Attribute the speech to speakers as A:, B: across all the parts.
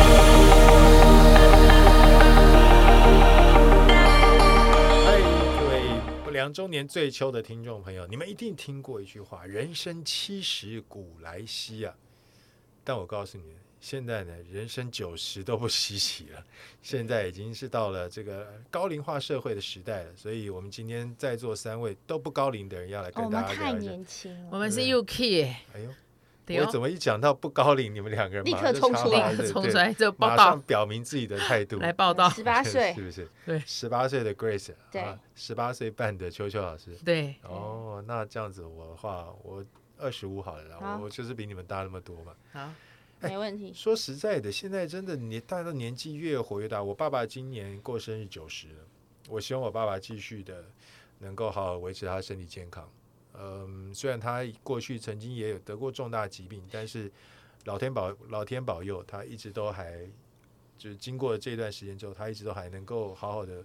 A: 哎周年最秋的听众朋友，你们一定听过一句话：“人生七十古来稀啊。”但我告诉你，现在呢，人生九十都不稀奇了，现在已经是到了这个高龄化社会的时代了。所以，我们今天在座三位都不高龄的人要来
B: 哦我
A: 跟大家
B: 们太
A: 聊嗯一下。
B: 年轻了，
C: 我们是 UK，
A: 哎呦，
C: 对
A: 我怎
C: 哦，
A: 么一讲到不高龄，你们两个人
B: 立
A: 马
B: 刻
A: 上
B: 冲
A: 插
B: 出
A: 话
B: 来
C: 立
A: 对
C: 刻冲
A: 对
C: 出来这报
A: 马
C: 道
A: 上表明自己的态度。
C: 来报道，
B: 十八 岁
A: 是，不是？
C: 对
A: 十八岁的 Grace，
B: 对
A: 啊，十八岁半的秋秋老师。
C: 对，
A: 哦，那这样子我的话，我二十五好了啦，
B: 好
A: 我我就是比你们大那么多嘛。
C: 好，
B: 没问题。
A: 说实在的，现在真的年大家年纪越活越大。我爸爸今年过生日九十了，我希望我爸爸继续的能够好好维持他身体健康。嗯，虽然他过去曾经也有得过重大疾病，但是老天保老天保佑，他一直都还就是经过这段时间之后，他一直都还能够好好的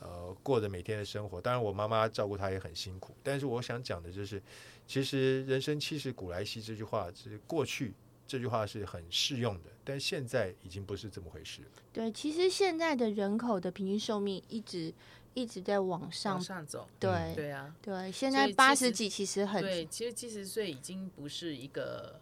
A: 呃过着每天的生活。当然，我妈妈照顾他也很辛苦，但是我想讲的就是，其实“人生七十古来稀”这句话是过去这句话是很适用的，但现在已经不是这么回事了。
B: 对，其实现在的人口的平均寿命一直一直在往上
C: 往，上走，
A: 嗯
B: 对
C: 对啊，
B: 对，现
C: 所以
B: 在
C: 其实
B: 八十几其实很
C: 对，其实七十岁已经不是一个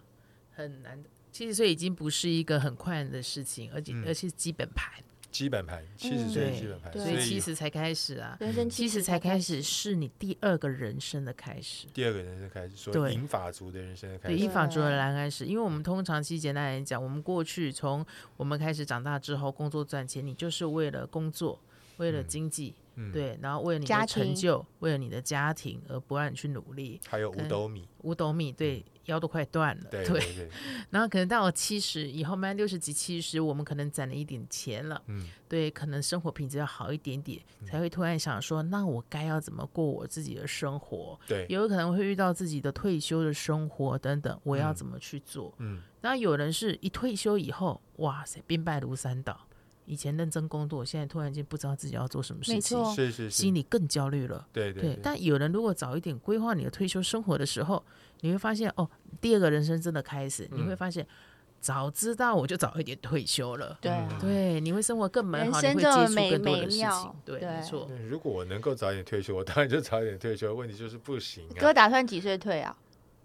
C: 很难，七十岁已经不是一个很快的事情，而且、
A: 嗯
C: 而且是基本盘，
A: 基本盘，七十岁
C: 对
A: 基本盘，
B: 对
C: 所以
A: 所
C: 七
A: 以
C: 十才开始啊，
B: 人生
C: 七
B: 其
C: 十
B: 实
C: 才开
B: 始。
C: 始是你第二个人生的开始。
A: 第二个人生开始，所
C: 对
A: 以银法族的人生的开
C: 对，
A: 始
C: 依，法
B: 对
C: 主人来开始，因为我们通常其实简单来讲，我们过去从我们开始长大之后工作赚钱，你就是为了工作，为了
A: 嗯
C: 经济，
A: 嗯，，
C: 对，然后为了你
B: 家
C: 的
B: 庭
C: 成就，为了你的家庭而不断地去努力。
A: 还有五斗米，
C: 五斗米，对，腰都快断了，
A: 嗯对对对，
C: 然后可能到了七十以后，慢慢六十几、七十，我们可能攒了一点钱了，
A: 嗯，
C: 对，可能生活品质要好一点点，才会突然想说，那我该要怎么过我自己的生活？
A: 对，
C: 也有可能会遇到自己的退休的生活等等，我要
A: 嗯
C: 怎么去做？
A: 嗯，
C: 然后有人是一退休以后，哇塞，兵败如山倒，以前认真工作，现在突然间不知道自己要做什么事
B: 没
C: 情，
B: 错
A: 是是是
C: 心，里更焦虑了。
A: 对
C: 对
A: 对，，
C: 但有人如果早一点规划你的退休生活的时候，你会发现哦，第二个人生真的开始，你会
A: 嗯
C: 发现早知道我就早一点退休了。
B: 对
A: 嗯
B: 啊，
C: 对，你会生活更美
B: 人
C: 好，
B: 生
C: 你会
B: 这么
C: 接触
B: 美
C: 更多
B: 美
C: 的事情
B: 妙。
C: 对，
B: 对
C: 没错
A: 那。如果我能够早一点退休，我当然就早一点退休。问题就是不行
B: 哥
A: 啊！
B: 打算几岁退啊？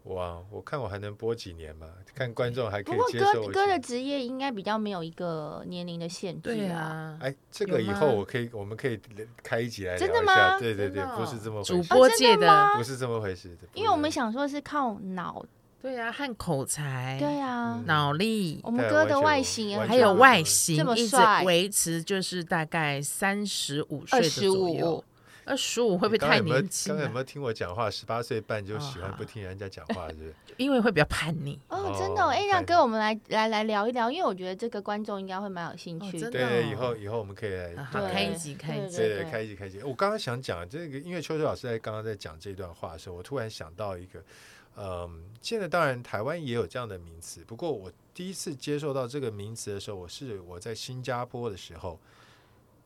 A: 哇，我看我还能播几年嘛？看观众还可
B: 不
A: 以
B: 过
A: 接受
B: 哥
A: 我
B: 哥的
A: 几。
B: 职业应该比较没有一个年龄的限制
C: 对，啊，
A: 哎，这个以
C: 有吗
A: 后我可以，我们可以开一集来
B: 真
A: 聊
B: 的
A: 一下。
B: 吗
A: 对对
C: 真
A: 对，
C: 的
A: 不
C: 哦
A: 是这么
C: 主
A: 回事，
C: 播
B: 啊真的
C: 界的，
B: 吗
A: 不是这么回事的。
B: 因为我们
A: 想。
B: 想说是靠脑，
C: 对啊，和口才、
B: 对啊
A: 嗯，
C: 脑力
B: 我，们
A: 对
B: 哥
A: 完
B: 的
A: 全
B: 外
A: 我
B: 形也
A: 完
B: 很
C: 还
A: 全
C: 有
B: 好
A: 我
C: 外
A: 这
C: 形，
B: 么
C: 一直
B: 帅
C: 维持就是大概三十五岁
B: 二
C: 的
B: 十
C: 左右
B: 五，，
C: 二十五会不
A: 你
C: 会
A: 刚才
C: 太
A: 有没有
C: 年轻
A: 刚才有没
C: 啊？
A: 有听我讲话？十八岁半就喜欢
C: 啊
A: 不听人家讲话，是不是？
C: 因为会比较叛逆。
B: 哦
A: 哦，
B: 真的哦，哎，那
A: 太
B: 哥我们来来来聊一聊，因为我觉得这个观众应该会蛮有兴
C: 哦
B: 趣
C: 真
B: 的。
C: 的
A: 对对，以
C: 哦
A: 后以后我们可以来
C: 啊好，
B: 对
C: 开一集，开一集。
A: 对
B: 对
A: 对，开一集开一集。我刚刚想讲这个，因为秋秋老师在刚刚在讲这段话的时候，我突然想到一个，嗯，现在当然台湾也有这样的名词，不过我第一次接受到这个名词的时候，我是我在新加坡的时候，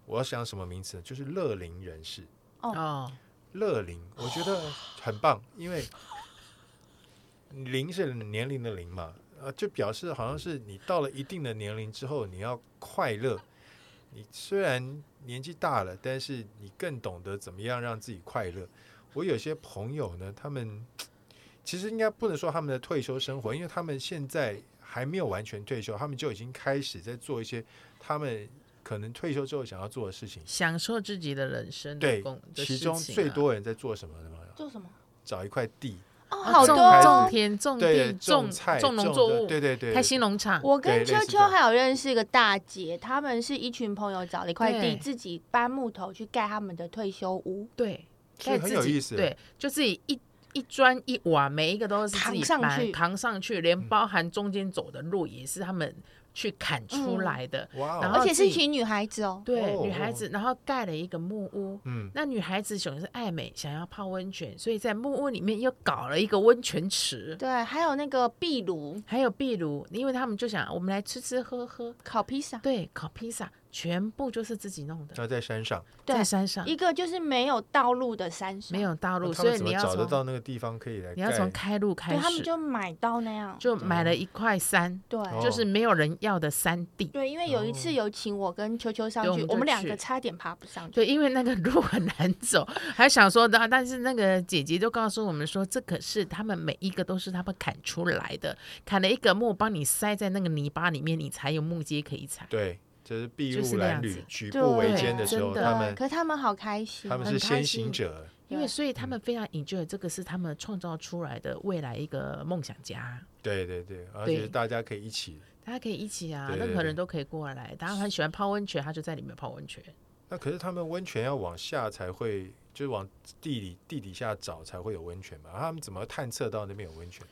A: 我要想什么名词呢？就是乐龄人士，
C: 哦，
A: 乐龄，我觉得很棒，因为龄是年龄的龄嘛，啊，就表示好像是你到了一定的年龄之后，你要快乐。你虽然年纪大了，但是你更懂得怎么样让自己快乐。我有些朋友呢，他们其实应该不能说他们的退休生活，因为他们现在还没有完全退休，他们就已经开始在做一些他们可能退休之后想要做的事情。
C: 享受自己的人生的
A: 对
C: 工，的
A: 其
C: 事
A: 中
C: 情
A: 最
C: 啊
A: 多人在做什么呢？
B: 做什么？
A: 找一块地，
B: 哦，
C: 啊
B: 好多
C: 种
B: 哦
C: 种。田、种
A: 对，
C: 地、
A: 菜、
C: 种
A: 种
C: 农作
A: 的
C: 物，
A: 对对对，
C: 开心农场。
B: 我跟
A: 对
B: 秋
A: 类似这
B: 秋
A: 样
B: 还有认识一个大姐，他们是一群朋友找了一块地，
C: 对
B: 自己搬木头去盖他们的退休屋，
C: 对，
A: 所以
C: 盖
A: 很
C: 自
A: 有
C: 己
A: 意思。，
C: 对，就自己一一砖一瓦，每一个都是自
B: 扛
C: 己
B: 上
C: 搬
B: 去
C: 扛上去，
A: 嗯
C: 连包含中间走的路也是他们去砍出
B: 嗯
C: 来的。
A: 哇
C: 然
A: 哦，
B: 而
C: 后
B: 且是
C: 自
B: 一
C: 己
B: 群女孩子哦。
C: 对，
A: 哦
C: 女孩子，然后盖了一个木屋。
A: 嗯，
C: 那女孩子总是爱美，想要泡温泉，所以在木屋里面又搞了一个温泉池，
B: 对，还有那个壁炉
C: 还有壁炉，因为他们就想我们来吃吃喝喝，
B: 烤披萨，
C: 对，烤披萨，全部就是自己弄的，
A: 那在山上，
B: 对啊
C: 在山上
B: 一个就是没有道路的山上，
C: 嗯没有道路，
A: 那哦他
C: 所
A: 们
C: 以
A: 怎
C: 你
A: 么
C: 要
A: 找得
C: 从
A: 到那个地方可以来
C: 你要从
A: 盖？嗯
C: 开路开
B: 对他们
C: 始，
B: 就买到那样，
C: 就买了一块山，
B: 对。
A: 哦
C: 就是没有人要的山地。
B: 对，因为有一次
A: 哦
B: 有请我跟秋秋上
C: 对我
B: 去，
C: 们
B: 我们
C: 就
B: 两
C: 去
B: 个差点爬不上去。
C: 对，因为那个路很难走，还想说的，但是那个姐姐就告诉我们说，这可是他们每一个都是他们砍出来的，砍了一个木，帮你塞在那个泥巴里面，你才有木阶可以踩。
A: 对，这是筚
C: 就是
A: 路
C: 那
A: 蓝
C: 样
A: 缕
C: 子、
A: 举步维
C: 对
A: 艰的时
C: 真
A: 候，
C: 的
A: 他
B: 对
A: 们
B: 可是他们好开心
A: 他们
B: 哦，
A: 是
C: 很开
A: 先行
C: 心
A: 者，
C: 因为
B: 对
C: 所以
A: 嗯
C: 他们非常 enjoy 这个是他们创造出来的未来一个梦想家，
A: 对对对，而
C: 对
A: 且大家可以一起。
C: 大家可以一起啊，
A: 对对
C: 任何
A: 对
C: 人都可以过来。大家很喜欢泡温泉，他就在里面泡温泉。
A: 那可是他们温泉要往下才会，就是往地里地底下找才会有温泉嘛。他们怎么探测到那边有温泉？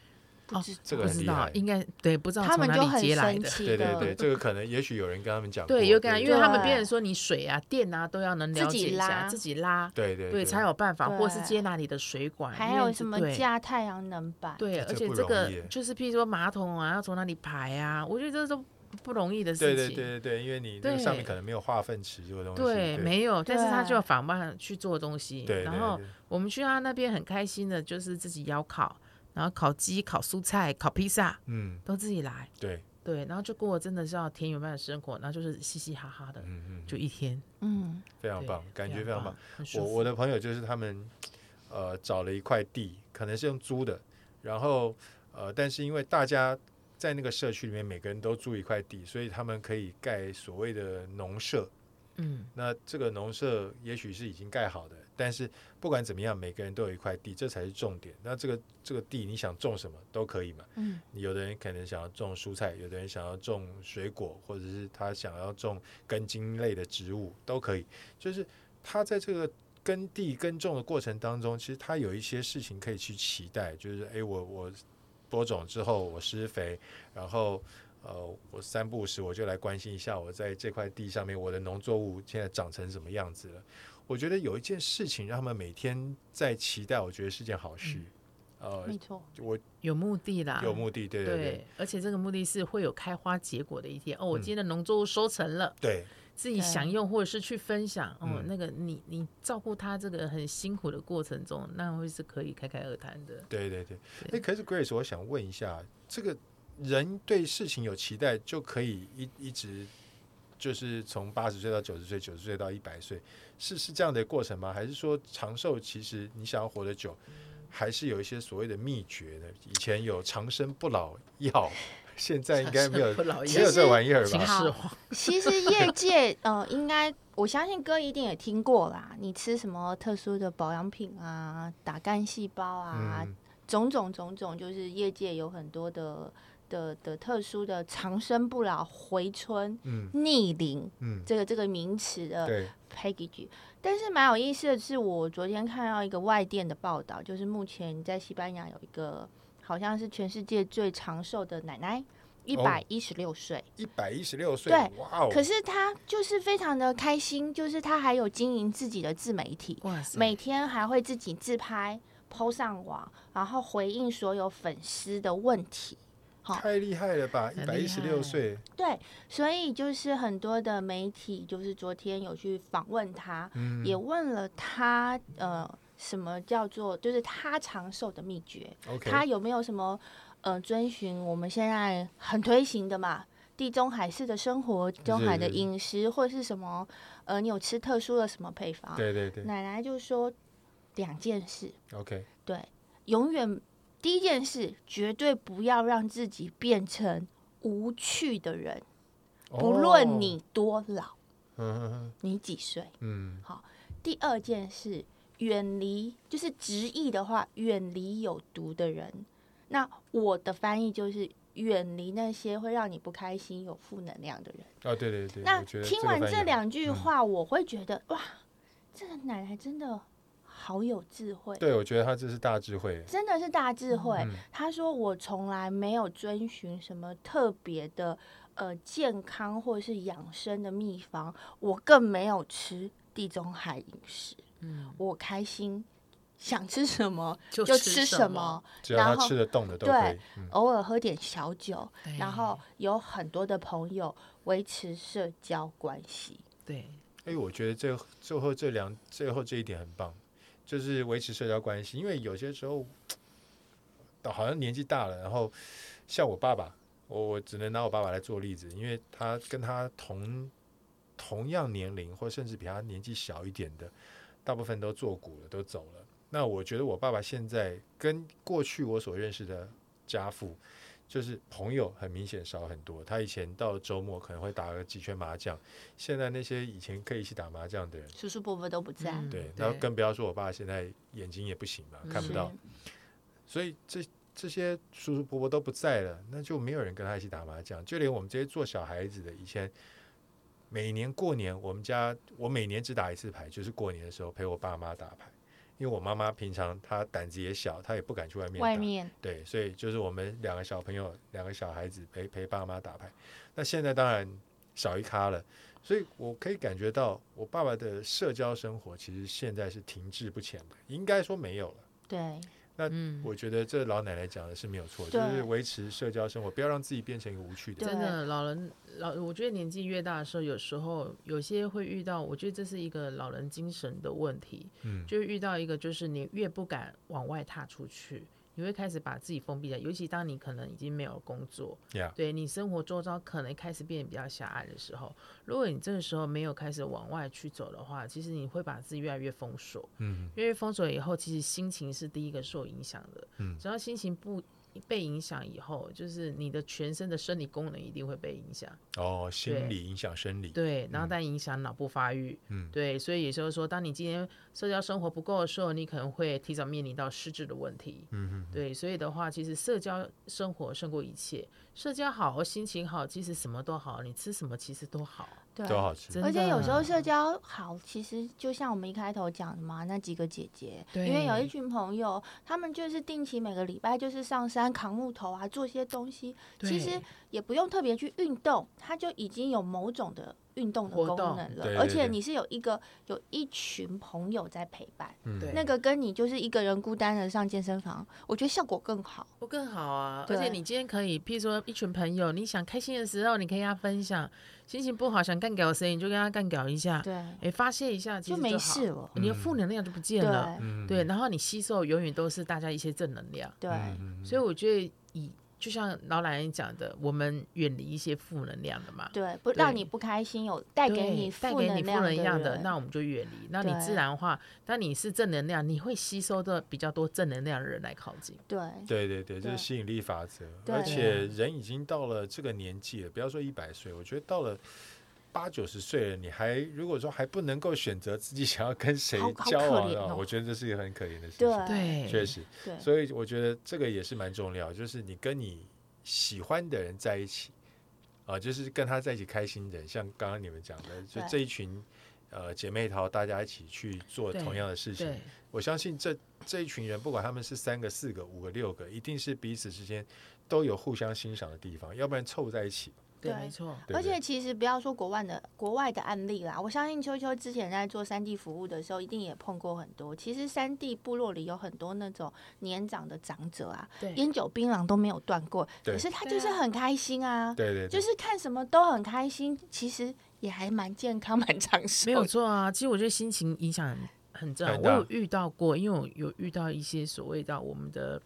B: 不
C: 哦
B: 知道
A: 这个
C: 不
A: 很
C: 知
A: 厉
C: 道
A: 害，
C: 应该对，不知道
B: 他
C: 从
B: 们
C: 哪
B: 就
C: 里
B: 很
C: 接来
B: 神
C: 的。
B: 奇
A: 对
B: 的，
A: 对对，这个可能也许有人跟他们讲过，
C: 对，有感，
A: 不
C: 因为他们
B: 对
C: 变成说你水啊、电啊都要能了
B: 自己
C: 解一下，
B: 拉
C: 自己拉，
A: 对对
C: 对，才有办法，
B: 对
C: 或是接哪里的水管，
B: 还
C: 因为
B: 有
C: 这
B: 什么
C: 对
B: 加太阳能板？
C: 对，
A: 这
C: 而且
A: 不
C: 这
A: 容
C: 个
A: 易耶
C: 就是，譬如说马桶啊，要从哪里排啊，我觉得这都不容易的事
A: 对
C: 情。
A: 对对对对，因为你那个上面
C: 对
A: 可能没有化粪池这个东西，对
C: 对没有，但是他就
B: 对
C: 反办去做东西，
A: 对，
C: 然
A: 对
C: 后
A: 对
C: 我们去他那边很开心的，就是自己邀烤，然后烤鸡、烤蔬菜、烤披萨
A: 嗯，
C: 都自己来，
A: 对，
C: 对，然后就过真的是要田园般的生活，然后就是嘻嘻哈哈的，
A: 嗯嗯，
C: 就一天，
B: 嗯，
A: 非常
C: 对
A: 棒，感觉非常棒。，
C: 很舒
A: 我
C: 服
A: 我的朋友就是他们，呃，找了一块地，可能是用租的，然后呃，但是因为大家在那个社区里面每个人都租一块地，所以他们可以盖所谓的农舍。
C: 嗯，
A: 那这个农舍也许是已经盖好的，但是不管怎么样，每个人都有一块地，这才是重点。那这个这个地你想种什么都可以嘛？
B: 嗯，
A: 有的人可能想要种蔬菜，有的人想要种水果，或者是他想要种根茎类的植物都可以。就是他在这个耕地耕种的过程当中，其实他有一些事情可以去期待，就是诶，我我播种之后我施肥，然后呃，我三不五时我就来关心一下我在这块地上面我的农作物现在长成什么样子了。我觉得有一件事情让他们每天在期待，我觉得是件好事。呃，
B: 没错，
A: 我
C: 有目的啦，
A: 有目的，对对对
C: 对，而且这个目的是会有开花结果的一天。哦，我
A: 嗯
C: 今天的农作物收成了，
A: 对，
C: 自己享用或者是去分享。哦
A: 嗯，
C: 那个你你照顾他这个很辛苦的过程中，那会是可以开开而谈的。
A: 对对对。哎、
C: 对
A: 可是 Grace，我想问一下，这个人对事情有期待，就可以一一直就是从八十岁到九十岁，九十岁到一百岁，是是这样的过程吗？还是说长寿其实你想要活得久，还是有一些所谓的秘诀呢？以前有长生不老药，现在应该没有
C: 不 老
A: 没有
C: 也
A: 这玩意儿
C: 秦
A: 吧？
C: 始皇
B: 其实业界呃，应该我相信哥一定也听过啦。你吃什么特殊的保养品啊，打干细胞啊，
A: 嗯，
B: 种种种种，就是业界有很多的的的特殊的长生不老、回春、
A: 嗯
B: 逆龄
A: 嗯，
B: 这个这个名词的
A: 对，
B: package。但是蛮有意思的是，我昨天看到一个外电的报道，就是目前在西班牙有一个好像是全世界最长寿的奶奶，一百一十六岁。
A: 一百一十六岁，
B: 对
A: 哇哦，
B: 可是她就是非常的开心，就是她还有经营自己的自媒体，
C: 哇塞，
B: 每天还会自己自拍。抛上网，然后回应所有粉丝的问题。好
A: 太厉害了吧！一
C: 很
A: 百一
C: 厉
A: 十
C: 害
A: 六岁，
B: 对，所以就是很多的媒体，就是昨天有去访问她，
A: 嗯，
B: 也问了他呃什么叫做就是他长寿的秘诀，
A: OK，
B: 他有没有什么呃遵循我们现在很推行的嘛？地中海式的生活，地中海的
A: 是
B: 饮食，或者是什么？呃，你有吃特殊的什么配方？
A: 对对对
B: 奶奶就说两件事，
A: ，OK，
B: 对，永远第一件事，绝对不要让自己变成无趣的人，不
A: 哦
B: 论你多老，
A: 嗯
B: 你几岁，
A: 嗯
B: 第二件事，远离就是直译的话，远离有毒的人。那我的翻译就是远离那些会让你不开心、有负能量的人。
A: 啊，对对对，
B: 那
A: 我觉得
B: 听
A: 个
B: 完
A: 翻译
B: 这
A: 好嗯
B: 两句话，我会觉得哇，这个奶奶真的好有智慧，
A: 对我觉得他这是大智慧，
B: 真的是大智慧
A: 嗯。
B: 她说我从来没有遵循什么特别的呃健康或者是养生的秘方，我更没有吃地中海饮食。
C: 嗯，
B: 我开心想吃什么
C: 就
B: 就
C: 吃
B: 吃
C: 什
B: 什
C: 么
B: 么，
A: 只要
B: 然
A: 他
B: 后
A: 吃得动的都
B: 对
A: 可以。嗯，
B: 偶尔喝点小酒，
C: 对
B: 然后有很多的朋友维持社交关系。
C: 对，
A: 哎，我觉得最后最后这两最后这一点很棒，就是维持社交关系，因为有些时候好像年纪大了，然后像我爸爸，我我只能拿我爸爸来做例子，因为他跟他同同样年龄或甚至比他年纪小一点的，大部分都做股了，都走了。那我觉得我爸爸现在跟过去我所认识的家父，就是朋友很明显少很多。他以前到周末可能会打个几圈麻将，现在那些以前可以一起打麻将的人，
B: 叔叔伯伯都不在，
C: 嗯
A: 对
C: 对，
A: 那更不要说我爸现在眼睛也不行嘛，看不
B: 是
A: 到。所以这这些叔叔伯伯都不在了，那就没有人跟他一起打麻将。就连我们这些做小孩子的，以前每年过年，我们家我每年只打一次牌，就是过年的时候陪我爸妈打牌。因为我妈妈平常她胆子也小，她也不敢去外面打。
B: 外面
A: 对，所以就是我们两个小朋友，两个小孩子陪陪爸妈打牌。那现在当然少一咖了，所以我可以感觉到我爸爸的社交生活其实现在是停滞不前的，应该说没有了。
B: 对
C: 嗯，
A: 我觉得这老奶奶讲的是没有错，就
B: 对
A: 是维持社交生活，不要让自己变成一个无趣的
B: 对
A: 人。
C: 真的老人老，我觉得年纪越大的时候，有时候有些会遇到，我觉得这是一个老人精神的问题，
A: 嗯，
C: 就是遇到一个就是你越不敢往外踏出去。你会开始把自己封闭在，尤其当你可能已经没有工作，
A: 呀，
C: 对你生活周遭可能开始变得比较狭隘的时候，如果你这个时候没有开始往外去走的话，其实你会把自己越来越封锁。
A: 嗯，
C: 因为封锁以后，其实心情是第一个受影响的。
A: 嗯
C: 只要心情不被影响以后，就是你的全身的生理功能一定会被影响。
A: 哦，
C: 对
A: 心理影响生理，
C: 对，然后再影响脑部发育。
A: 嗯
C: 对，所以也就是说，当你今天社交生活不够的时候，你可能会提早面临到失智的问题。
A: 嗯
C: 对，所以的话，其实社交生活胜过一切，社交好，心情好，其实什么都好，你吃什么其实都好。
B: 对
A: 嗯，都好吃
C: 真，的
B: 而且有时候社交好，其实就像我们一开头讲的嘛，那几个姐姐，
C: 对
B: 因为有一群朋友，他们就是定期每个礼拜就是上山扛木头啊，做些东西，
C: 对
B: 其实也不用特别去运动，它就已经有某种的运动的
C: 活
B: 功
C: 动
B: 能
A: 对
B: 了，而
A: 对
B: 且
A: 对
B: 你是有一个有一群朋友在陪伴，
A: 嗯，
C: 对
B: 那个跟你就是一个人孤单的上健身房，我觉得效果更好。
C: 不更好啊！而且
B: 对
C: 你今天可以，譬如说一群朋友，你想开心的时候，你可以跟他分享；心情不好想干屌谁，你就跟他干屌一下，
B: 对，
C: 哎，发泄一下，其
B: 就
C: 实
B: 没
C: 好
B: 事，了。
C: 你的负能量就不见
B: 对
C: 了。
A: 嗯，
C: 对，然后你吸收永远都是大家一些正能量，
B: 对，
A: 嗯，
C: 所
A: 以
C: 以我觉得以就像老奶奶讲的，我们远离一些负能量的嘛。
B: 对，不
C: 对
B: 让你不开心，有带给
C: 对
B: 你
C: 带给你负
B: 量
C: 能量
B: 的
C: 的，
B: 人
C: 那我们就远离。那你自
B: 对
C: 然的话，当你是正能量，你会吸收的比较多正能量的人来靠近。
B: 对
A: 对对对，这是
B: 对
A: 吸引力法则，
B: 对
A: 而且人已经到了这个年纪了，不要说一百岁，我觉得到了。八九十岁了，你还如果说还不能够选择自己想要跟谁
B: 好好可
A: 交往的
B: 怜
A: 话，
B: 哦
A: 我觉得这是一个很可怜的事情。
B: 对
C: 对，
A: 确实，
B: 对
A: 所以我觉得这个也是蛮重要，就是你跟你喜欢的人在一起，啊、就是跟他在一起开心的人，像刚刚你们讲的，就
B: 对
A: 这一群呃姐妹淘，大家一起去做
C: 对
A: 同样的事情
C: 对，。
A: 我相信这这一群人，不管他们是三个、四个、五个、六个，一定是彼此之间都有互相欣赏的地方，要不然凑在一起，
C: 对，
B: 对
C: 没错，
A: 对
B: 而
A: 不对
B: 且其实不要说国外的国外的案例啦，我相信秋秋之前在做山地服务的时候，一定也碰过很多。其实山地部落里有很多那种年长的长者啊，
C: 对
B: 烟酒槟榔都没有断过，
A: 对
B: 可是他
C: 对
B: 就是
C: 啊
B: 很开心啊，
A: 对对对，
B: 就是看什么都很开心，其实也还蛮健康、 蛮长寿。
C: 没有，错啊。其实我觉得心情影响很很重要。
A: 很
C: 我
A: 大
C: 有遇到过，因为我有遇到一些所谓到我们的。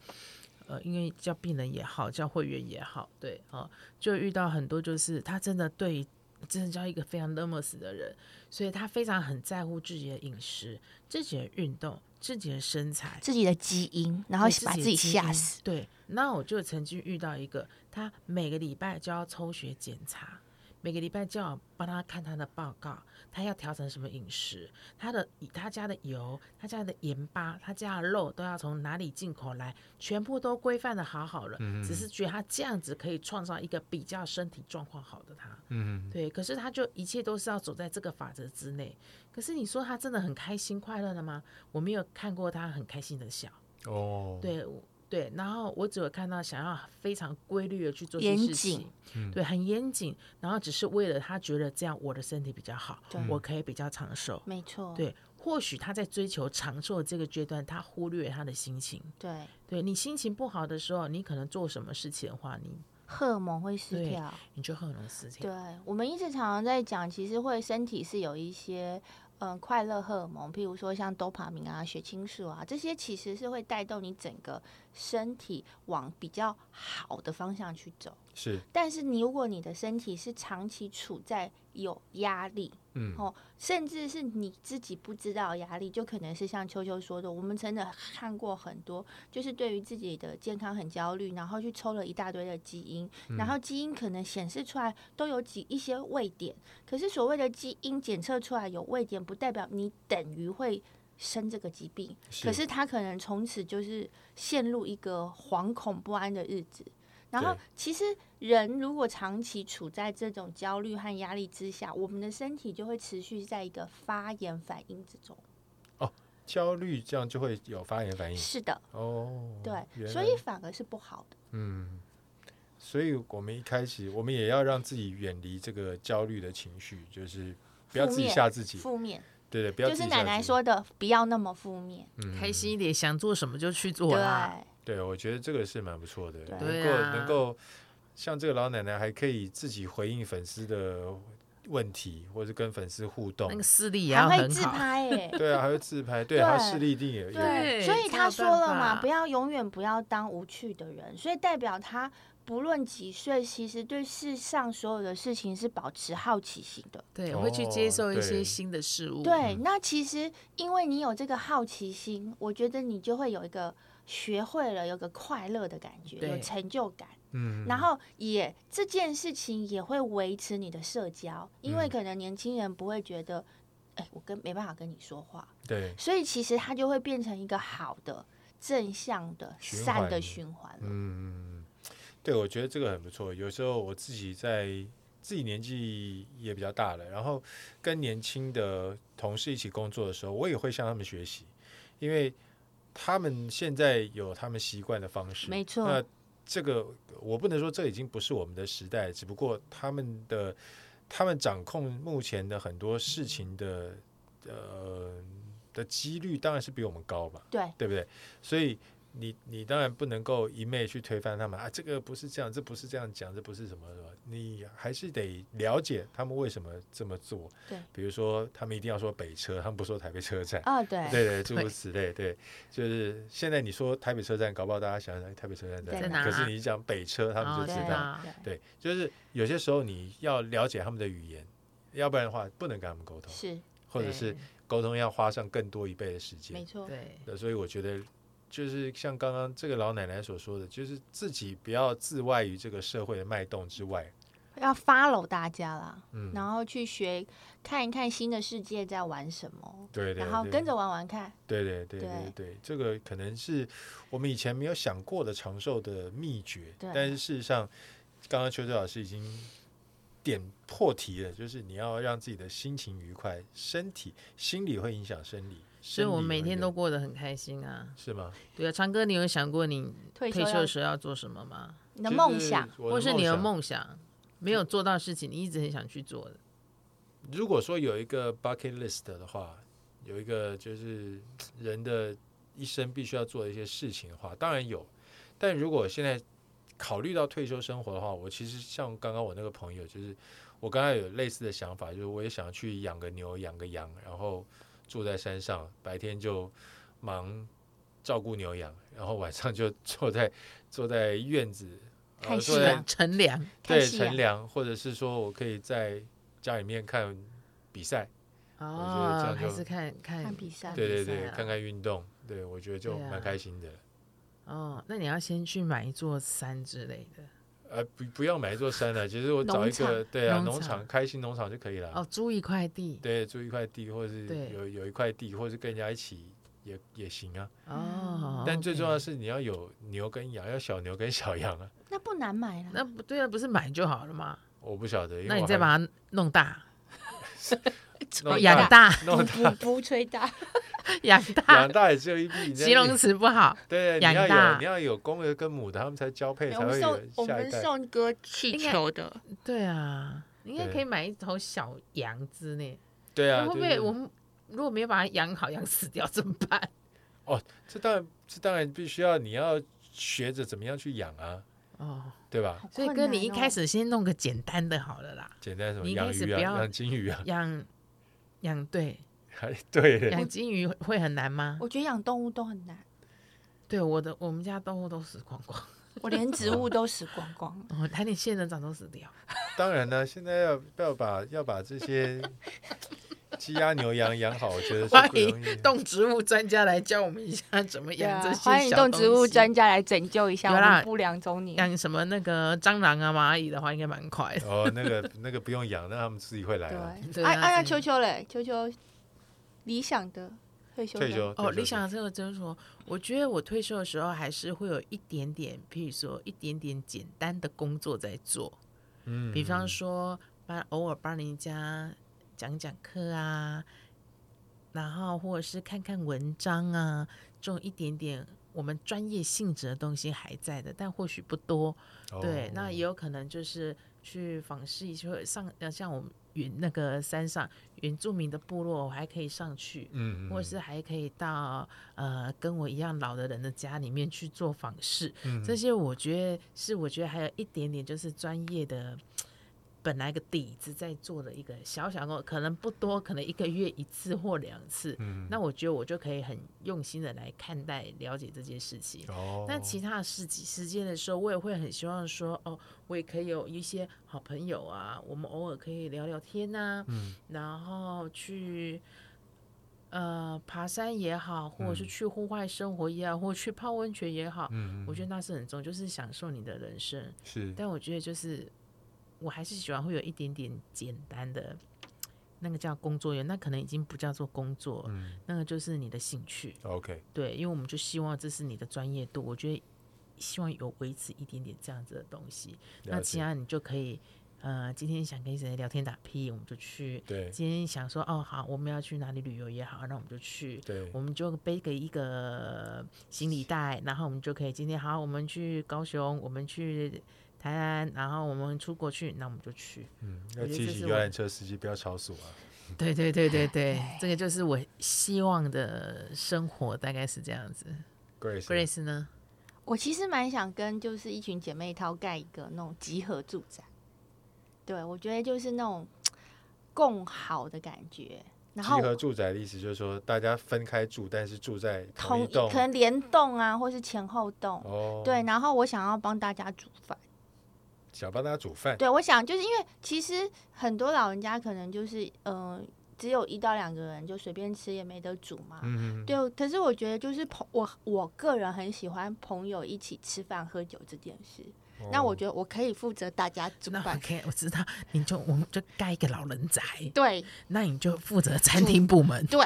C: 呃，因为叫病人也好，叫会员也好，对啊、呃就遇到很多就是他真的对，真的叫一个非常 nervous 的人，所以他非常很在乎自己的饮食、自己的运动、自己的身材，
B: 自己的基因，然后
C: 对
B: 把自
C: 自
B: 己
C: 基
B: 吓
C: 因
B: 死。。
C: 对，那我就曾经遇到一个，他每个礼拜就要抽血检查，每个礼拜就要帮他看他的报告，他要调整什么饮食，他的他家的油、他家的盐巴、他家的肉都要从哪里进口来，全部都规范的好好了。只是觉得他这样子可以创造一个比较身体状况好的他。
A: 嗯，
C: 对，可是他就一切都是要走在这个法则之内。可是你说他真的很开心快乐了吗？我没有看过他很开心的笑。
A: 哦，
C: 对我对，然后我只有看到想要非常规律的去做这
B: 严
C: 些事
B: 谨
C: 情，
A: 嗯
C: 对，很严谨，然后只是为了他觉得这样我的身体比较好
B: 对，哦
C: 我可以比较长寿，
B: 没错，
C: 对，或许他在追求长寿这个阶段，他忽略他的心情。
B: 对，
C: 对你心情不好的时候，你可能做什么事情的话，你
B: 荷尔蒙会失
C: 对
B: 调。
C: 你就很容易失情。
B: 对，我们一直常常在讲，其实会身体是有一些嗯快乐荷尔蒙，譬如说像多巴胺啊、血清素啊，这些其实是会带动你整个身体往比较好的方向去走。
A: 是，
B: 但是你如果你的身体是长期处在有压力，
A: 嗯，
B: 哦，甚至是你自己不知道压力，就可能是像秋秋说的，我们真的看过很多，就是对于自己的健康很焦虑，然后去抽了一大堆的基因，然后基因可能显示出来都有几一些位点，可是所谓的基因检测出来有位点，不代表你等于会。生这个疾病，可是他可能从此就是陷入一个惶恐不安的日子。然后
A: 对，
B: 其实人如果长期处在这种焦虑和压力之下，我们的身体就会持续在一个发炎反应之中。
A: 焦虑这样就会有发炎反应
B: 是的，
A: 嗯哦。
B: 对，
A: 原
B: 所
A: 来
B: 以反而是不好的。
A: 嗯，所以我们一开始我们也要让自己远离这个焦虑的情绪，就是不要
B: 负
A: 自己
B: 面
A: 吓自己，
B: 负面
A: 对对，不要
B: 就
A: 自己
B: 是
A: 吓
B: 奶奶
A: 自己，
B: 说的，不要那么负面。
A: 嗯
C: 开心一点，想做什么就去做啦。
B: 对，
A: 对，我觉得这个是蛮不错的，
B: 对
A: 能
C: 对
A: 够、
C: 啊
A: 能够像这个老奶奶还可以自己回应粉丝的问题，或是跟粉丝互动
C: 那，个视力也要
B: 还会
C: 很
B: 自
C: 好。
B: 拍诶、
A: 对啊，还会自拍，对，
B: 对
A: 她视力一定也也
C: 对
B: 所以
C: 才
B: 他
C: 有
B: 说
C: 办
B: 了嘛，
C: 法
B: 不要永远不要当无趣的人，所以代表他不论几岁，其实对世上所有的事情是保持好奇心的。
C: 对，会去接
A: 哦
C: 受一些
A: 对
C: 新的事物。
B: 对，那其实因为你有这个好奇心，我觉得你就会有一个学会了，有个快乐的感觉，有
C: 对
B: 成就感。
A: 嗯，
B: 然后也这件事情也会维持你的社交，因为
A: 嗯
B: 可能年轻人不会觉得，哎，我跟没办法跟你说话，
A: 对，
B: 所以其实它就会变成一个好的、正向的、
A: 循
B: 善的
A: 环
B: 循环了。
A: 嗯，对，我觉得这个很不错。有时候我自己在自己年纪也比较大了，然后跟年轻的同事一起工作的时候，我也会向他们学习，因为他们现在有他们习惯的方式。
B: 没错
A: 那这个我不能说这已经不是我们的时代，只不过他们的他们掌控目前的很多事情的呃的几率当然是比我们高吧。
B: 对，
A: 对不对？所以你你当然不能够一昧去推翻他们啊，这个不是这样，这不是这样讲，这不是什么什么，你还是得了解他们为什么这么做。
B: 对，
A: 比如说他们一定要说北车，他们不说台北车站。
B: 啊、对，
A: 对 对，诸如此类，对，就是现在你说台北车站，搞不好大家想想哎台北车站
B: 在
A: 在
C: 哪
A: 可是你一讲北车，他们
C: 哦
A: 就知
B: 对
C: 对
A: 道。
C: 啊
A: 对，就是有些时候你要了解他们的语言，要不然的话不能跟他们沟通，
B: 是
A: 或者是沟通要花上更多一倍的时间
B: 没。错，
C: 对
A: 那所以我觉得，就是像刚刚这个老奶奶所说的，就是自己不要自外于这个社会的脉动之外。
B: 要 follow 大家啦，
A: 嗯，
B: 然后去学看一看新的世界在玩什么，
A: 对对对，
B: 然后跟着玩玩看。
A: 对对对对
B: 对
A: 对对，这个可能是我们以前没有想过的长寿的秘诀。
B: 对
A: 但是事实上，刚刚邱周老师已经点破题了，就是你要让自己的心情愉快，身体心理会影响生理，
C: 所以我
A: 生理
C: 每
A: 会
C: 天
A: 影
C: 都过得很开心啊。
A: 是吗？
C: 对啊，昌哥，你有想过你
B: 退休
C: 退休
B: 要
C: 的时候要做什么吗？
B: 你的
A: 嗯就
B: 梦
A: 是
B: 想，
A: 我
C: 或是你的
A: 想
C: 梦想没有做到的事情，你一直很想去做的？
A: 如果说有一个 bucket list 的话，有一个就是嗯人的一生必须要做的一些事情的话，当然有。但如果现在考虑到退休生活的话，我其实像刚刚我那个朋友，就是我刚才有类似的想法，就是我也想去养个牛、养个羊，然后住在山上，白天就忙照顾牛羊，然后晚上就坐在 坐在院子，呃
B: 看
A: 坐
B: 夕
A: 在
B: 阳
C: 乘凉，
B: 看啊
A: 对
B: 夕阳
A: 乘凉，或者是说我可以在家里面看比赛，这
C: 哦
A: 样，
C: 还
A: 就是
C: 看看
B: 看比赛
A: 对对对，
C: 啊
A: 看看运动，对我觉得就
C: 对啊
A: 蛮开心的。
C: 哦，那你要先去买一座山之类的
A: 呃，不不要买一座山啊了，其实我找一个对啊，
C: 农
A: 农
C: 场
A: 场开心农场就可以了。
C: 哦，租一块地
A: 对，租一块地，或是
C: 对
A: 有有一块地，或是跟人家一起也也行啊。
C: 哦。
A: 但最重要的
C: OK
A: 是你要有牛跟羊，要小牛跟小羊啊。
B: 那不难买 啦。
C: 那不对啊，不是买就好了嘛？
A: 我不晓得，因为
C: 那你
A: 我
C: 再
A: 还
C: 把它弄大，
A: 弄
C: 养大，
A: 弄
B: 不不 吹大，
C: 养大
A: 养，大也只 有一匹，你在
C: 形容词不好，
A: 对，你
C: 养
A: 要有
C: 大哎
A: 你要有公的跟母的，他们才交配
B: 我
A: 才
B: 们
A: 会
B: 送我
A: 有下一
B: 们
A: 代。
B: 送哥气
C: 应该
B: 球的，
C: 对啊，应该
A: 对
C: 可以买一头小羊之类。
A: 对啊，
C: 哎会不
A: 对
C: 会
A: 对
C: 我们如果没有把它养好，养死掉怎么办？
A: 这当然这当然必须要你要学着怎么样去养啊，
C: 哦，
A: 对吧？
B: 好
C: 所以
B: 困
C: 哥，
B: 难
C: 你一
B: 哦
C: 开始先弄个简单的好了啦，
A: 简单什么
C: 你一
A: 养
C: 开始
A: 鱼啊，
C: 不要
A: 养金鱼啊，
C: 养养对
A: 还 对耶
C: 养金鱼会很难吗？
B: 我觉得养动物都很难，
C: 对，我的我们家动物都死光光，。
B: 我连植物都死光光了
C: 哦，连你仙人掌都死掉。
A: 当然呢，现在要要把要把这 些鸡鸭牛羊养好，我觉得是
C: 欢
A: 不容易
C: 迎。动植物专家来教我们一下怎么
B: 对
C: 养这
B: 啊
C: 些小
B: 欢迎动植物
C: 东西
B: 专家来拯救一下
C: 有
B: 我
C: 啦
B: 们不良中年。
C: 养什么那个蟑螂啊、蚂蚁的话，应该蛮快的。
A: 哦，那个那个不用养，那他们自己会来啊。
C: 对
B: 对，
C: 啊
B: 哎哎呀，
C: 真的
B: 球球嘞，球球理想的退休生
A: 退
B: 活
A: 休
C: 哦，
A: 退休
C: 理想这个真说，我觉得我退休的时候还是会有一点点，譬如说一点点简单的工作在做，
A: 嗯
C: 比方说帮偶尔帮人家讲讲课啊，然后或者是看看文章啊，这种一点点我们专业性质的东西还在的，但或许不多。
A: 哦
C: 对，那也
A: 有
C: 有可能就是去访视一下或者上，呃，像我们云那个山上原住民的部落，我还可以上去，
A: 嗯，
C: 或者是还可以到呃跟我一样老的人的家里面去做访视，
A: 嗯
C: 这些我觉得是我觉得还有一点点就是专业的。本来个底子在做的一个小小工作，可能不多，可能一个月一次或两次。
A: 嗯
C: 那我觉得我就可以很用心的来看待、了解这件事情。
A: 哦，
C: 那其他的时机时间的时候，我也会很希望说，哦，我也可以有一些好朋友啊，我们偶尔可以聊聊天呐、
A: 嗯
C: 然后去呃爬山也好，或者是
A: 嗯
C: 去户外生活也好，或者去泡温泉也好，
A: 嗯，
C: 我觉
A: 得
C: 得那是很重要，就是享受你的人生。
A: 是
C: 但我觉得就是我还是喜欢会有一点点简单的。那个叫工作员，那可能已经不叫做工作，
A: 嗯
C: 那个就是你的兴趣。
A: OK，
C: 对，因为我们就希望这是你的专业度，我觉得希望有维持一点点这样子的东西。那
A: 了
C: 其
A: 解
C: 他你就可以，呃，今天想跟谁聊天打屁，我们就去；
A: 对
C: 今天想说哦好，我们要去哪里旅游也好，那我们就去。
A: 对
C: 我们就背个一个行李袋，然后我们就可以今天好，我们去高雄，我们去台南，然后我们出国去，那我们 就去。
A: 嗯，要
C: 我觉得
A: 提
C: 这
A: 醒
C: 是
A: 游
C: 我
A: 览车司机不要超速啊。
C: 对对对对对，这个就是我希望的生活，大概是这样子。
A: Grace 呢
C: Grace 呢？
B: 我其实蛮想跟就是一群姐妹淘盖一个那种集合住宅，对我觉得就是那种共好的感觉，然后
A: 集合住宅的意思就是说大家分开住，但是住在
B: 同
A: 一
B: 一
A: 栋
B: 可能联动啊，或是前后动，
A: 哦，
B: 对，，然后我想要帮大家煮饭。
A: 想帮大家煮饭，
B: 对，我想就是因为其实很多老人家可能就是嗯、呃只有一到两个人就随便吃也没得煮嘛。
A: 嗯，
B: 对，可是我觉得就是朋我我个人很喜欢朋友一起吃饭喝酒这件事。那
A: 哦
B: 我觉得我可以负责大家煮
C: 哦那
B: 饭，
C: OK，我知道，你就我们就盖一个老人宅，
B: 对
C: 那你就负责餐厅部门。
B: 对，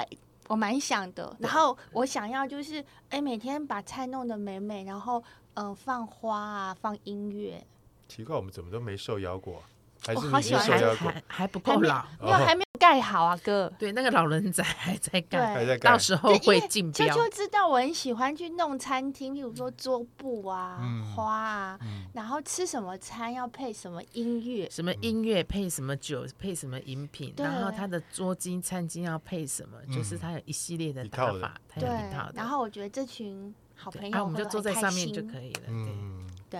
B: 我蛮想的。然后我想要就是哎，每天把菜弄得美美，然后嗯、呃放花啊，放音乐，
A: 奇怪，我们怎么都没受邀过啊？还
B: 我
A: 是你
B: 好
A: 已
B: 喜
A: 经
B: 欢
A: 受
B: 还
A: 邀过？
C: 还还不
B: 还
C: 够
B: 没
C: 老，
B: 因为还没有盖好啊，哥。
C: 对，那个老人宅还在盖，
A: 还在干
C: 到时候会竞
B: 秋
C: 标。
B: 秋知道我很喜欢去弄餐厅，譬如说
C: 嗯
B: 桌布啊、
A: 嗯
B: 花啊，
A: 嗯
B: 然后吃什么餐要配什么音乐。
C: 什么音乐配什么酒，配什么饮品，
B: 对
C: 然后他的桌巾、餐巾要配什么，就是
A: 嗯
C: 他有一系列的
A: 一
C: 打
A: 套的
C: 法，他有
B: 对
C: 一套，的。
B: 然后我觉得这群好朋
C: 对，
B: 友、
C: 啊，我们就坐在上面就
B: 以。
C: 可以了。对，
A: 嗯，
B: 对，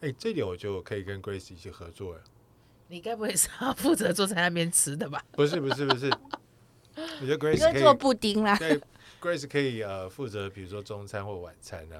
A: 哎，这里我就可以跟 Grace 一起合作哎。
C: 你该不会是要负责坐在那边吃的吧？
A: 不是不是不是，我觉得 Grace
B: 哥
A: 可以
B: 做布丁啦，
A: 对 Grace 可以呃负责，比如说中餐或晚餐啊。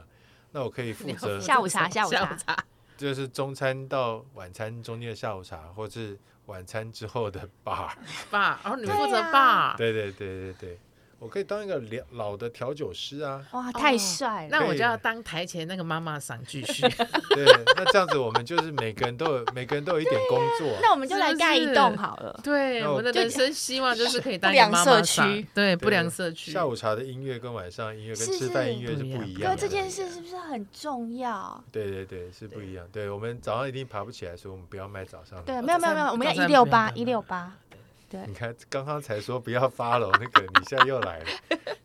A: 那我可以负
C: 你要
A: 责
B: 下午茶
C: 什
B: 下
C: 么
B: 午
C: 下
B: 茶
C: 午茶，
A: 就是中餐到晚餐中间的下午茶，或是晚餐之后的 bar。
C: 爸，然后哦你负责
B: 对啊
C: 爸。
A: 对对对对对，我可以当一个了老的调酒师啊。
B: 哇，
C: 哦
B: 太 帅了！
C: 那我
A: 可以
C: 就要当台前那个妈妈赏继 续。
A: 对，那这样子我们就是每个人都有每个人都有一点工作。
B: 啊那我们就来盖一
C: 是不
B: 栋
C: 是
B: 好了。
C: 对，
A: 那
C: 我
A: 我
C: 的
B: 就
C: 人生希望就是可以当
B: 不
C: 一
B: 良
C: 个妈
B: 社
C: 妈桑
B: 区，
C: 对
A: 对
C: 不良社区。
A: 下午茶的音乐跟晚上音乐跟
B: 是
A: 吃饭音乐是
C: 不一样
A: 不一样的。
B: 哥，这件事是不是很重要？
A: 对对对是不一样。对我们早上一定爬不起来，所以我们不要卖早上的。
B: 对，没有没有没有，我们要
C: 早餐
B: 一
C: 不
B: 六
C: 用办
B: 八
C: 了
B: 一六八。对
A: 你看，刚刚才说不要发了，那个你现在又来了。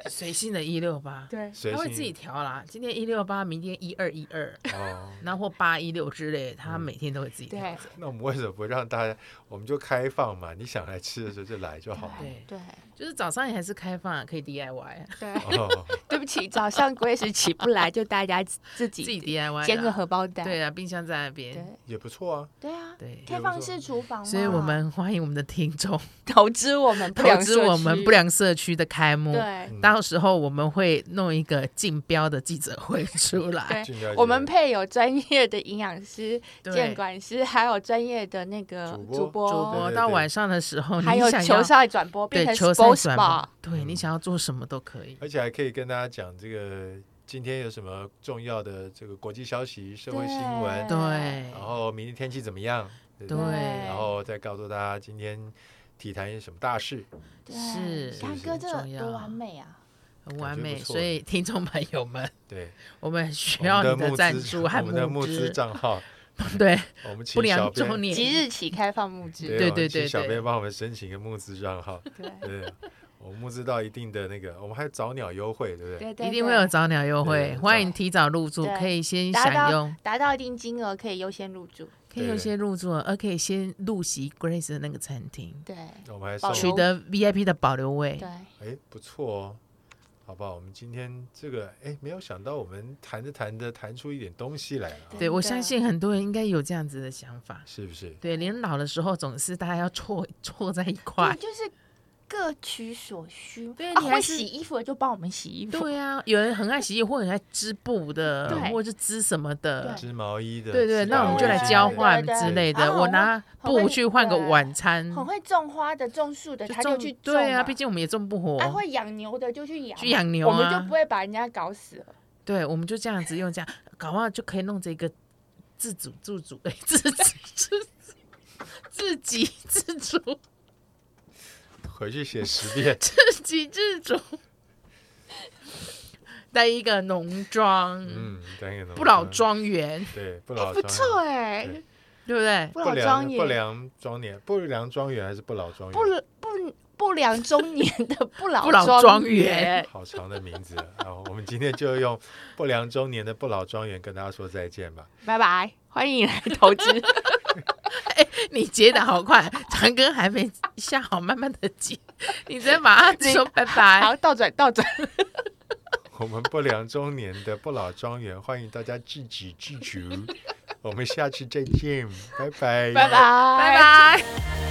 C: 随性的一六八，
B: 对
A: 随
C: 他会
A: 性
C: 自己调啦。今天一六八，明天一二一二，
A: 哦。
C: 然后或八一六之类，
A: 嗯
C: 他每天都会自己调。
B: 对
A: 那我们为什么不让大家？我们就开放嘛，你想来吃的时候就来就好了。
C: 对，
B: 对
C: 就是早上也还是开放，啊可以 DIY，
B: 对，
A: 哦，
B: 对不起，早上我也是起不来，就大家自
C: 自己
B: 己
C: DIY
B: 煎个
C: 啦
B: 荷包蛋。
C: 对啊，冰箱在那边。
B: 对
A: 也不错啊。
B: 对啊，
C: 对，
B: 开放式厨房嘛，
C: 所以我们欢迎我们的听众
B: 投资我们不
C: 投
B: 良
C: 资
B: 社
C: 我们
B: 区
C: 不良社区的开幕。
B: 对
A: 嗯
C: 到时候我们会弄一个竞标的记者会 出来，
A: 尽量
B: 对，我们配有专业的营养师、
C: 对
B: 监管师，还有专业的那个
A: 主播
B: 主播，
C: 主
A: 对
C: 播
A: 对
C: 哦到
A: 对
C: 晚上的时候，
B: 还
C: 你
B: 有
C: 想
B: 球
C: 要
B: 赛转播，变
C: 对
B: 成
C: 球赛
B: sports
C: 转
B: bar
C: 播。，对你想要做什么都可以。
A: 而且还可以跟大家讲这个今天有什么重要的这个国际消息、社会新闻，
B: 对
C: 对
A: 然后明天天气怎么样，对不对
C: 对
A: 然后再告诉大家今天体坛有什么大事。
B: 对
C: 是
B: 大
A: 是
B: 哥
C: 很
B: 这
C: 重要
B: 多完美啊！
C: 很
A: 感
C: 完
A: 觉不
C: 美，
A: 错
C: 所以听众朋友们，
A: 对，
C: 我们需
A: 我
C: 要
A: 们
C: 你
A: 募
C: 赞
A: 资，
C: 助和
A: 我们的募资
C: 资，
A: 账 号，
C: 对
A: 我们
C: 不
A: 请小
C: 良
A: 编
C: 周，年
B: 即日起开放募资，
A: 对
C: 对
A: 我们
C: 对
A: 请
C: 对
A: 小
C: 对
A: 编帮我们申请一个募资账号，
B: 对
A: 对，我们募资到一定的那个，我们还有早鸟优惠，对不对？
B: 对对，
C: 一定
B: 对
C: 会有早鸟优
A: 对
C: 惠，
A: 早
C: 欢迎提早入住，
B: 对
C: 可以先
B: 达
C: 享
B: 到
C: 用，
B: 达到一定金额可以优先入住，
C: 可以
A: 对
C: 优先入住，而可以先入席 Grace 的那个餐厅，
B: 对
A: 我们还送
B: 保
C: 取
B: 留
C: 得 VIP 的保留位
B: 对。，
A: 哎，不错哦，好不好？我们今天这个，哎，没有想到我们谈着谈着谈出一点东西来了啊，
B: 对
C: 对我
B: 真的
C: 相信很多人应该有这样子的想法。
A: 是不是？
C: 对，连老的时候总是大家要错 错在一
B: 对，
C: 块。
B: 就是各取所需。
C: 对
B: 啊
C: 你
B: 会
C: 还是
B: 洗衣服的就帮我们洗衣服，
C: 对啊，有人很爱洗衣服，或者很爱织布的，
B: 对
C: 或者是织什么的。
A: 织毛衣的，
C: 对
A: 织
C: 对，那我们就来
A: 大围巾
C: 交
A: 的
C: 换
B: 对对
C: 之
A: 对
C: 类
B: 啊
C: 的。
B: 我
C: 我拿
B: 我会
C: 布去换个
B: 对
C: 晚餐，
B: 很会种花的、种树的，嗯他就
C: 种
B: 去种
C: 对啊，
B: 嘛
C: 毕竟我们也种不活
B: 啊，。会养牛的就去养，
C: 去养牛
B: 我们就
C: 啊
B: 不会把人家搞死了。
C: 对，我们就这样子用这样，搞不好就可以弄这个自主自主哎，自主自自给自足，
A: 回去写十
C: ，
A: 遍
C: 自给自足的一个农庄，
A: 嗯，当然了嗯
C: 不老，庄园，
A: 对，不
B: 哎，
A: 老
B: 不
A: 庄，
B: 错哎
A: 对，
C: 对不对？
A: 不
B: 不老
A: 良
B: 庄
A: 不
B: 园，
A: 良庄园，不良庄园还是不老庄
B: 不
A: 园？
B: 不不良中年的不老
C: 不老庄园
B: 园，
A: 好长的名字啊！好我们今天就用不良中年的不老庄园跟大家说再见吧。
B: 拜拜，欢迎来投 资。
C: 你接的好快， 长哥还没下好，慢慢的接，你直接把它说拜拜。
B: 好，倒转倒转，
A: 我们不良中年的不老庄园，欢迎大家自给自足。我们下次再见，拜拜，
B: 拜拜
C: 拜拜。